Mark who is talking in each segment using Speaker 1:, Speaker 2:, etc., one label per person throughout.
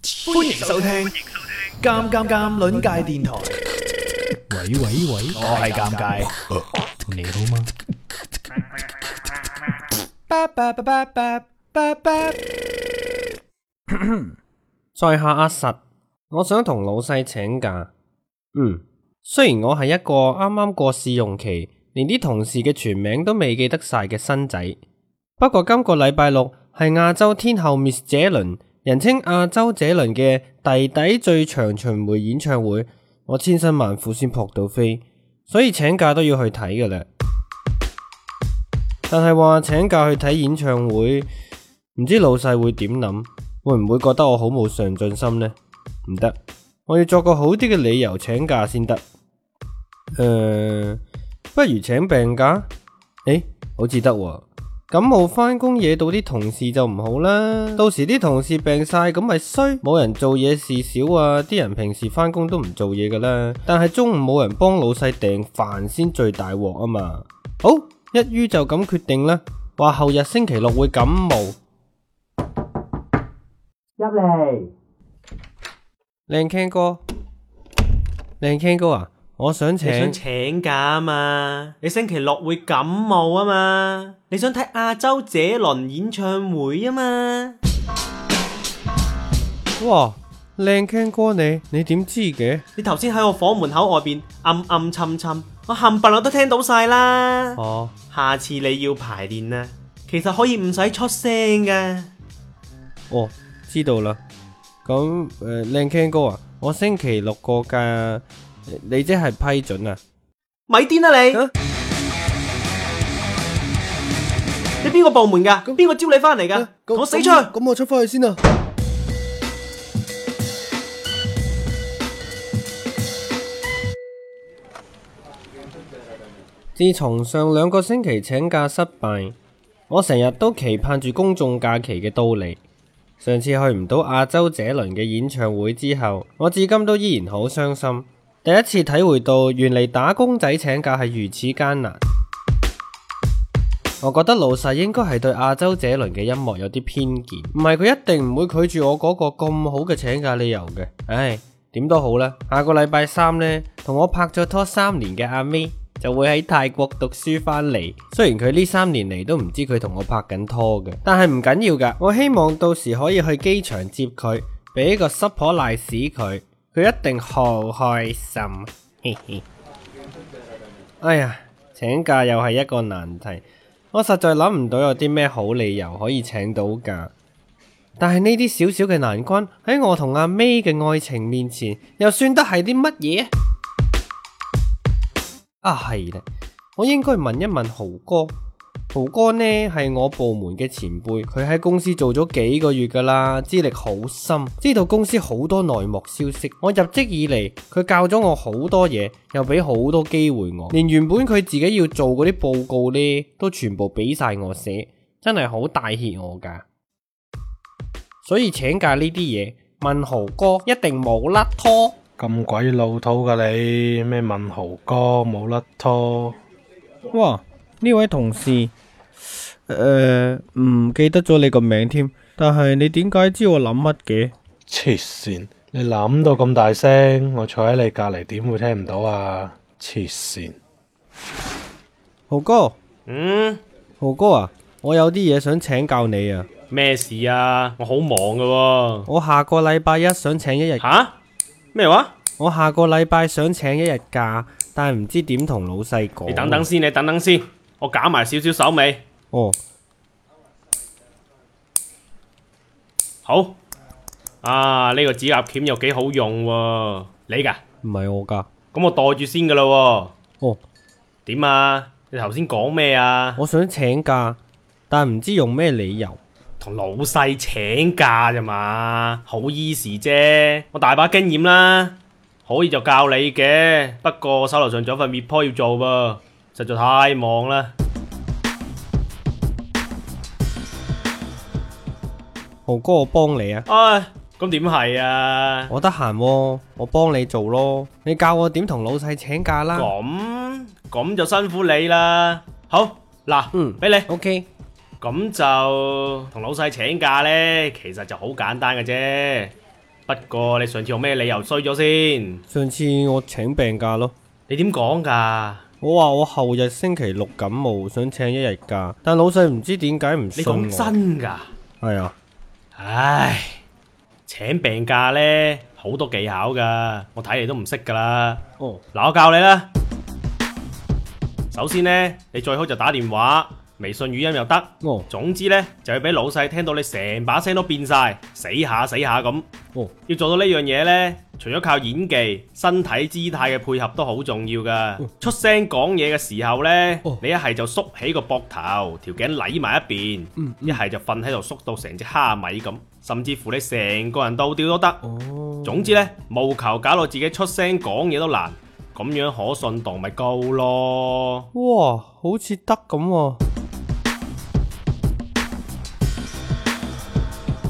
Speaker 1: 歡迎收聽《尷尷尷》鄰界電台。
Speaker 2: 喂喂喂，
Speaker 1: 我係尷尬，
Speaker 2: 你好嗎？
Speaker 1: 巴巴巴巴巴巴巴。
Speaker 3: 在下阿實，我想同老細請假。嗯，雖然我係一個啱啱過試用期，連啲同事嘅全名都未記得晒嘅新仔，不過今個禮拜六係亞洲天后 Miss 謝倫，人稱亞洲謝倫嘅弟弟最長巡迴演唱會，我千辛萬苦先撲到飛，所以請假都要去睇㗎喇。但係話請假去睇演唱會，唔知老細會點諗，會唔會覺得我好冇上進心呢？唔得，我要作個好啲嘅理由請假先得。誒、呃不如請病假？誒，好似得喎。感冒返工惹到啲同事就唔好啦，到時啲同事病晒咁咪衰，冇人做嘢事少啊！啲人平時返工都唔做嘢噶啦，但係中午冇人幫老細訂飯先最大鑊啊嘛。好，一於就咁決定啦，話後日星期六會感冒。
Speaker 4: 入嚟，
Speaker 3: 靚 Ken 哥，靚 Ken 哥啊，我想
Speaker 4: 你
Speaker 3: 請
Speaker 4: 想請假啊嘛？你星期六會感冒啊嘛？你想睇亞洲這輪演唱會啊嘛？
Speaker 3: 哇，靚 Ken 哥你你點知嘅？
Speaker 4: 你頭先喺我房門口外邊暗暗沉沉，我冚唪唥都聽到晒啦。
Speaker 3: 哦，
Speaker 4: 下次你要排練啦，其實可以唔使出聲噶。
Speaker 3: 哦，知道啦。咁誒，靚 Ken 哥啊，我星期六個假，你即係批准啊？
Speaker 4: 咪癲啦你！
Speaker 3: 啊
Speaker 4: 你邊個部門噶？邊個招你翻嚟噶？同我死出去！
Speaker 3: 咁我出翻去先啊！自從上兩個星期請假失敗，我成日都期盼住公眾假期嘅到嚟。上次去唔到亞洲這輪嘅演唱會之後，我至今都依然好傷心。第一次體會到原嚟打工仔請假係如此艱難。我覺得老細應該係對亞洲這輪嘅音樂有啲偏見，唔係佢一定唔會拒絕我嗰個咁好嘅請假理由嘅。唉，點都好啦，下個禮拜三呢，同我拍咗拖三年嘅阿 May 就會喺泰國讀書返嚟。雖然佢呢三年嚟都唔知佢同我拍緊拖嘅，但係唔緊要㗎。我希望到時可以去機場接佢，俾個濕婆賴屎佢，佢一定好開心。嘿嘿。哎呀，請假又係一個難題，我實在諗唔到有啲咩好理由可以請到假。但係呢啲小小嘅難關喺我同阿 May 嘅愛情面前，又算得係啲乜嘢？啊，係啦，我應該問一問豪哥。豪哥呢係我部門嘅前輩，佢喺公司做咗幾個月噶啦，資歷好深，知道公司好多內幕消息。我入職以嚟，佢教咗我好多嘢，又俾好多機會我，連原本佢自己要做嗰啲報告呢，都全部俾晒我寫，真係好帶挈我噶。所以請假呢啲嘢，問豪哥一定冇甩拖。
Speaker 5: 咁鬼老土噶你，咩問豪哥冇甩拖？
Speaker 3: 哇！呢位同事，誒、唔記得咗你個名添，但係你點解知我諗乜嘅？
Speaker 5: 黐線！你諗到咁大聲，我坐喺你隔離點會聽唔到啊？黐線！
Speaker 3: 豪哥，
Speaker 6: 嗯，
Speaker 3: 豪哥啊，我有啲嘢想請教你啊，
Speaker 6: 咩事啊？我好忙噶喎、
Speaker 3: 我下個禮拜一想請一日，
Speaker 6: 吓咩話？
Speaker 3: 我下個禮拜想請一日假，但係唔知點同老細講。
Speaker 6: 你等等先，你等等先，我搞埋少少手尾。
Speaker 3: 哦，
Speaker 6: 好啊，呢、個指甲鉗又幾好用喎、你噶？
Speaker 3: 唔係我噶，
Speaker 6: 咁我袋住先噶啦、喎。
Speaker 3: 哦，
Speaker 6: 點啊？你頭先講咩啊？
Speaker 3: 我想請假，但係唔知用咩理由。
Speaker 6: 同老細請假咋嘛？好 easy 啫，我大把經驗啦，可以就教你嘅。不過我手頭上仲有份 report 要做噃，實在太忙啦。
Speaker 3: 豪哥，我幫你啊，
Speaker 6: 唉，咁點係啊？
Speaker 3: 我得閒喎，我幫你做咯。你教我點同老細請假啦。
Speaker 6: 哦咁咁就辛苦你啦。好嗱，
Speaker 3: 嗯
Speaker 6: 俾你
Speaker 3: OK，
Speaker 6: 咁就同老細請假呢，其實就好簡單嘅啫。不過你上次用咩理由衰咗先？
Speaker 3: 上次我請病假咯，
Speaker 6: 你點講㗎？
Speaker 3: 我話我後日星期六感冒，想請一日假，但老細唔知點解唔
Speaker 6: 你
Speaker 3: 信我。
Speaker 6: 講真㗎？
Speaker 3: 係啊，
Speaker 6: 唉，請病假呢，好多技巧㗎，我睇你都唔識㗎啦。
Speaker 3: 哦，
Speaker 6: 嗱，我教你啦。首先呢，你最好就打電話、微信語音又得。
Speaker 3: 哦，
Speaker 6: 總之呢，就要俾老細聽到你成把聲都變晒，死下死下咁。
Speaker 3: 哦，
Speaker 6: 要做到呢樣嘢呢，除咗靠演技、身體姿態嘅配合都好重要噶。出聲講嘢嘅時候呢，
Speaker 3: 哦
Speaker 6: 你一係就縮起個膊頭，條頸攆埋一邊；
Speaker 3: 嗯
Speaker 6: 一係就瞓喺度縮到成隻蝦米咁，甚至乎你成個人倒吊都得。
Speaker 3: 哦，
Speaker 6: 總之呢，務求搞到自己出聲講嘢都難，咁樣可信度咪高咯。
Speaker 3: 哇，好似得咁喎。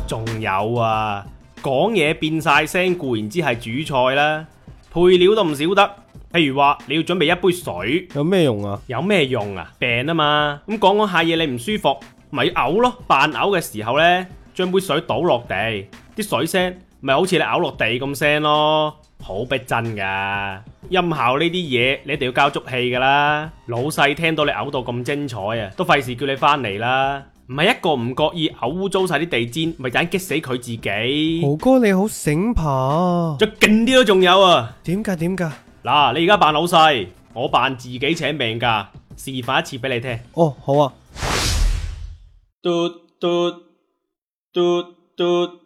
Speaker 6: 仲有啊，講嘢變晒聲固然之係主菜啦，配料都唔少得。譬如話你要準備一杯水，
Speaker 3: 有咩用啊？
Speaker 6: 有咩用啊？病啊嘛，咁講講下嘢你唔舒服，咪嘔咯。扮嘔嘅時候呢，將杯水倒落地，啲水聲咪好似你嘔落地咁聲咯，好逼真噶。音效呢啲嘢你一定要交足氣噶啦，老細聽到你嘔到咁精彩啊，都費事叫你翻嚟啦。唔係一個唔覺意嘔污糟晒啲地氈，咪盞激死佢自己。
Speaker 3: 豪哥你好醒爬啊？
Speaker 6: 再勁啲都仲有啊！
Speaker 3: 點㗎點㗎？
Speaker 6: 嗱，你而家扮老細，我扮自己請病假，示範一次俾你聽。
Speaker 3: 哦，好啊。
Speaker 6: 嘟嘟嘟嘟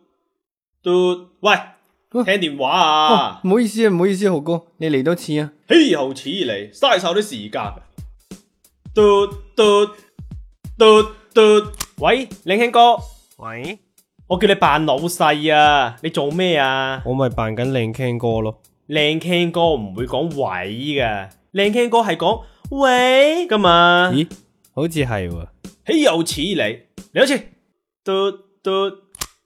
Speaker 6: 嘟，喂，
Speaker 3: 啊
Speaker 6: 聽電話啊！
Speaker 3: 唔好意思啊，唔好意思，豪哥，你嚟多次啊。
Speaker 6: 豈有此理，嘥晒我啲時間。嘟嘟嘟嘟，喂，靚兄哥，
Speaker 3: 喂，
Speaker 6: 我叫你扮老細啊，你做咩啊？
Speaker 3: 我咪扮緊靚 Ken 哥咯。
Speaker 6: 靚 Ken 哥唔會講喂噶，靚 Ken 哥係講喂啊噶嘛。
Speaker 3: 咦，好似係喎。
Speaker 6: 豈有此理！嚟一次，嘟嘟，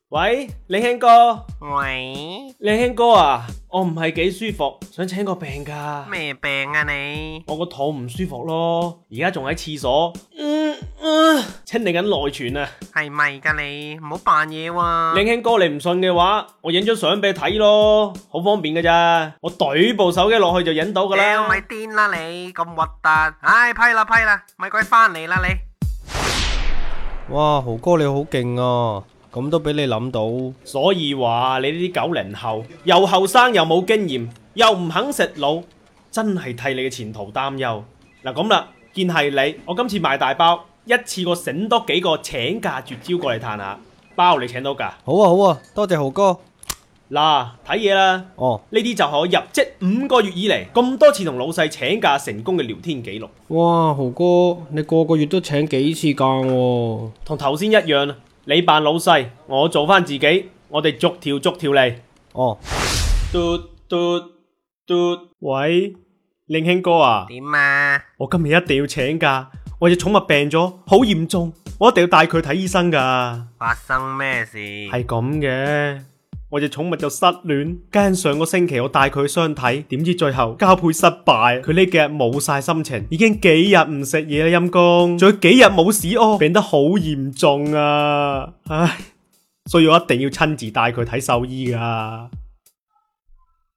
Speaker 6: 喂，靚兄哥，
Speaker 7: 喂，
Speaker 6: 靚兄哥啊，我唔係幾舒服，想請個病假，
Speaker 7: 咩病啊你？
Speaker 6: 我個肚唔舒服咯，而家仲喺廁所，嗯嗯，清理緊內存啊！
Speaker 7: 係咪噶你？唔好扮嘢喎！
Speaker 6: 靚兄哥，你唔信嘅話，我影張相俾你睇咯，好方便噶咋，我懟部手機落去就影到噶
Speaker 7: 屌
Speaker 6: 啦。
Speaker 7: 咪癲啦你，咁核突！唉，批啦批啦，咪鬼翻嚟啦你！
Speaker 3: 哇，豪哥你好勁啊！咁都俾你諗到，
Speaker 6: 所以話你呢啲九零後又後生又冇經驗，又唔肯食腦，真係替你嘅前途擔憂。嗱咁啦，見係你，我今次賣大包，一次過醒多幾個請假絕招過嚟嘆下，包你請到㗎。
Speaker 3: 好啊好啊，多謝豪哥。
Speaker 6: 嗱，睇嘢啦，
Speaker 3: 哦，
Speaker 6: 呢啲就係我入職五個月以嚟咁多次同老細請假成功嘅聊天記錄，
Speaker 3: 哇，豪哥你個個月都請幾次假喎、
Speaker 6: 同頭先一樣，你扮老細，我做翻自己，我哋逐條逐條嚟。
Speaker 3: 哦，
Speaker 6: 嘟嘟嘟，喂，令兄哥啊！
Speaker 7: 點啊？
Speaker 6: 我今日一定要請假，我隻寵物病咗，好嚴重，我一定要帶佢睇醫生噶。
Speaker 7: 發生咩事？
Speaker 6: 係咁嘅，我隻寵物就失戀，跟上個星期我帶佢去相睇，點知最後交配失敗，佢呢幾日冇晒心情，已經幾日唔食嘢啊啦，陰公，仲有幾日冇屎屙，病得好嚴重啊！唉，所以我一定要親自帶佢睇獸醫噶。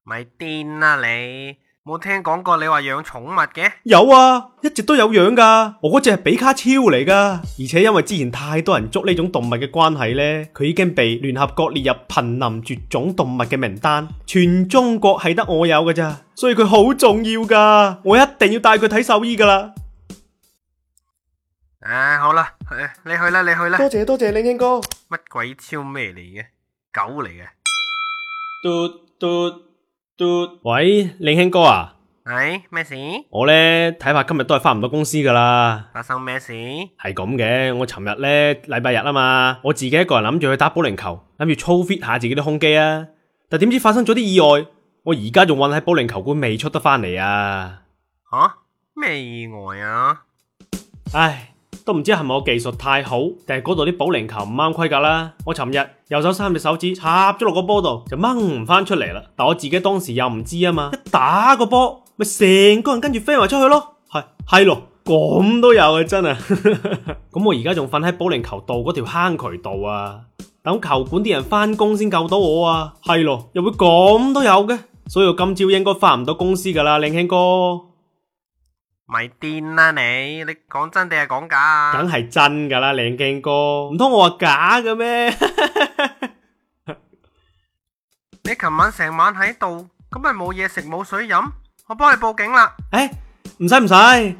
Speaker 7: 咪癲啦你！冇聽講過你話養寵物嘅？
Speaker 6: 有啊，一直都有養噶。我嗰只係比卡超嚟噶，而且因為之前太多人捉呢種動物嘅關係呢，佢已經被聯合國列入瀕臨絕種動物嘅名單。全中國係得我有㗎咋，所以佢好重要噶。我一定要帶佢睇獸醫噶啦。
Speaker 7: 唉，好啦，去你去啦，你去啦！
Speaker 6: 謝多謝，靚英哥。
Speaker 7: 乜鬼超咩嚟嘅？狗嚟嘅？
Speaker 6: 嘟嘟嘟，喂，靚兄哥啊，
Speaker 7: 唉，咩事？
Speaker 6: 我呢睇怕今日都係翻唔到公司噶啦。
Speaker 7: 發生咩事？
Speaker 6: 係咁嘅，我尋日呢禮拜日啊嘛，我自己一個人諗住去打保齡球，諗住操 fit 下自己啲胸肌啊。但點知發生咗啲意外，我而家仲困喺保齡球館未出得返嚟啊！
Speaker 7: 吓？咩意外啊？
Speaker 6: 唉，都唔知係咪我技術太好，定係嗰度啲保齡球唔啱規格啦。我尋日右手三隻手指插咗落個波度，就掹唔返出嚟啦。但我自己當時又唔知啊嘛，一打個波咪成個人跟住飛埋出去咯。係係咯， 咁都有嘅真啊！咁我而家仲瞓喺保齡球道嗰條坑渠度啊！等球館啲人翻工先救到我啊！係咯，又會咁都有嘅，所以我今朝應該翻唔到公司噶啦，靚兄哥，
Speaker 7: 咪癲啦你！你講真定係講假啊？
Speaker 6: 梗係真噶啦，靚兄哥，唔通我話假嘅咩？
Speaker 7: 你琴晚成晚喺度，咁咪冇嘢食冇水飲，我幫你報警啦。
Speaker 6: 诶，哎唔使唔使，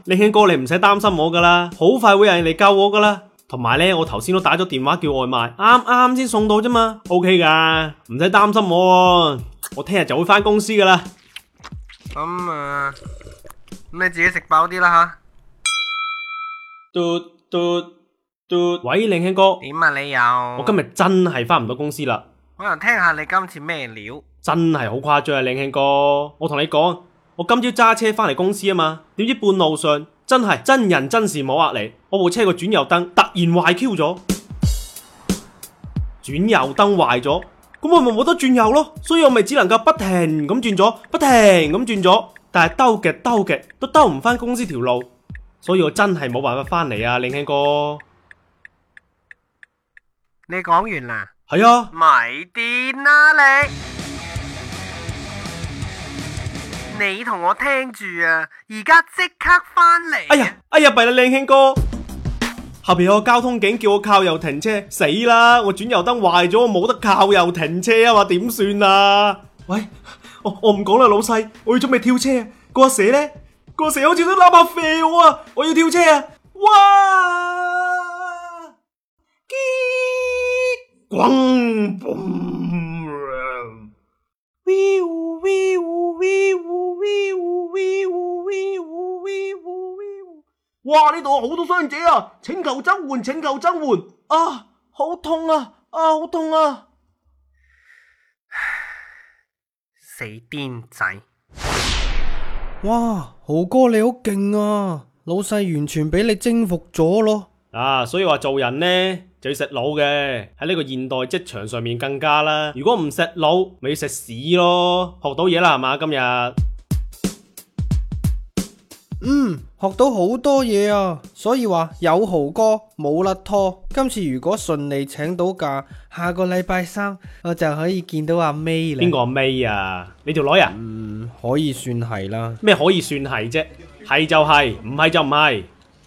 Speaker 6: 你慶哥你唔使擔心我噶啦，好快會有人嚟救我噶啦。同埋呢，我頭先都打咗電話叫外賣，啱啱先送到啫嘛，OK 噶，唔使擔心我喎，我聽日就會翻公司噶啦。
Speaker 7: 咁啊，咁你自己食飽啲啦
Speaker 6: 嘟嘟嘟，喂，靚慶哥
Speaker 7: 吓。，點啊你又？
Speaker 6: 我
Speaker 7: 我
Speaker 6: 今日真係翻唔到公司啦，
Speaker 7: 我又聽下你今次咩料？
Speaker 6: 真係好誇張啊，靚慶哥，我同你講，我今朝揸車翻嚟公司啊嘛，點知半路上真係真人真事冇呃你，我部車個轉右燈突然壞 Q 咗。轉右燈壞咗，咁我咪冇得轉右咯，所以我咪只能夠不停咁轉左，不停咁轉左，但係兜極兜極都兜唔翻公司條路，所以我真係冇辦法翻嚟啊，靚兄哥。
Speaker 7: 你講完啦？
Speaker 6: 係啊，
Speaker 7: 咪癲啦你！你同我聽住啊，而家即刻翻嚟！
Speaker 6: 哎呀，哎呀，弊啦，靚兄哥，後边有個交通警叫我靠右停車，死啦！我轉右燈壞咗，我冇得靠右停車啊嘛，點算
Speaker 4: à.
Speaker 6: 啊？喂，我我唔講啦，老細，我要準備跳車啊！個阿蛇咧，個阿蛇好似都喇叭啡我啊！我要跳車
Speaker 4: à.
Speaker 6: 啊！哇！叽咣嘣！哇！呢度好多傷者啊！請求增援，請求增援！
Speaker 4: À,
Speaker 6: 啊，好痛啊！啊，好痛啊！
Speaker 7: 死癲仔！
Speaker 3: 哇，豪哥你好勁啊！老細完全俾你征服咗咯。
Speaker 6: 啊，所以話做人呢，就要食腦嘅，喺呢個現代職場上面更加啦。如果唔食腦，咪要食屎咯！學到嘢啦係嘛？今日。
Speaker 3: 嗯，學到好多嘢啊！所以話有豪哥冇甩拖。今次如果順利請到假，下個禮拜三我就可以見到阿 May 啦。
Speaker 6: 邊個阿 May 啊？你條女啊？
Speaker 3: 可以算係啦，
Speaker 6: 咩可以算係啫？係就係，唔係就唔係。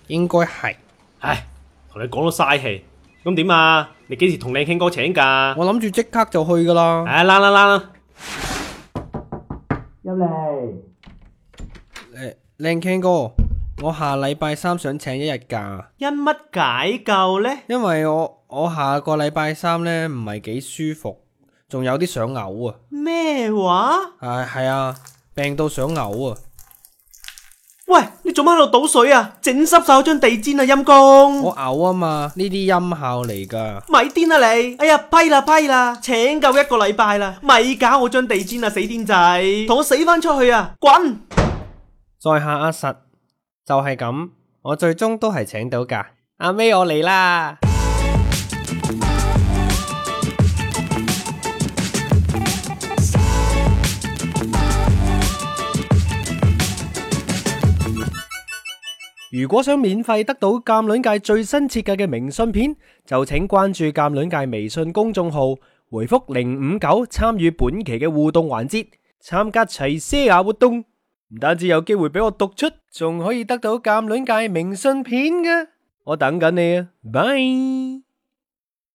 Speaker 3: 應該係。
Speaker 6: 唉，同你講到嘥氣。咁點啊？你幾時同你傾哥請假？
Speaker 3: 我諗住即刻就去噶啦。
Speaker 6: 唉，啦啦啦啦！
Speaker 3: 诶、靚 Ken 哥，我下禮拜三想請一日假，
Speaker 6: 因乜解救呢？
Speaker 3: 因為我我下個禮拜三呢唔係幾舒服，仲有啲想嘔啊。
Speaker 6: 咩話？
Speaker 3: 啊，係啊，病到想嘔啊！
Speaker 6: 喂，你做乜喺度倒水
Speaker 4: à.
Speaker 6: 啊？整濕晒我張地氈啊，陰公！
Speaker 3: 我嘔啊嘛，呢啲音效嚟噶。
Speaker 6: 咪癲啦你！哎呀，批啦批啦，請夠一個禮拜啦，咪搞我張地氈啊，死癲仔！同我死翻出去
Speaker 4: à.
Speaker 6: 啊，滾！
Speaker 3: 在下阿實就係咁，我最終都係請到噶。阿 May 我嚟啦，如果想免費得到鑑卵界最新設計嘅明信片，就請關注鑑卵界微信公眾號，回覆零五九參與本期嘅互動環節，參加齊些牙活動。唔單止有機會俾我讀出，仲可以得到鑑卵界明信片嘅。我等緊你啊，拜。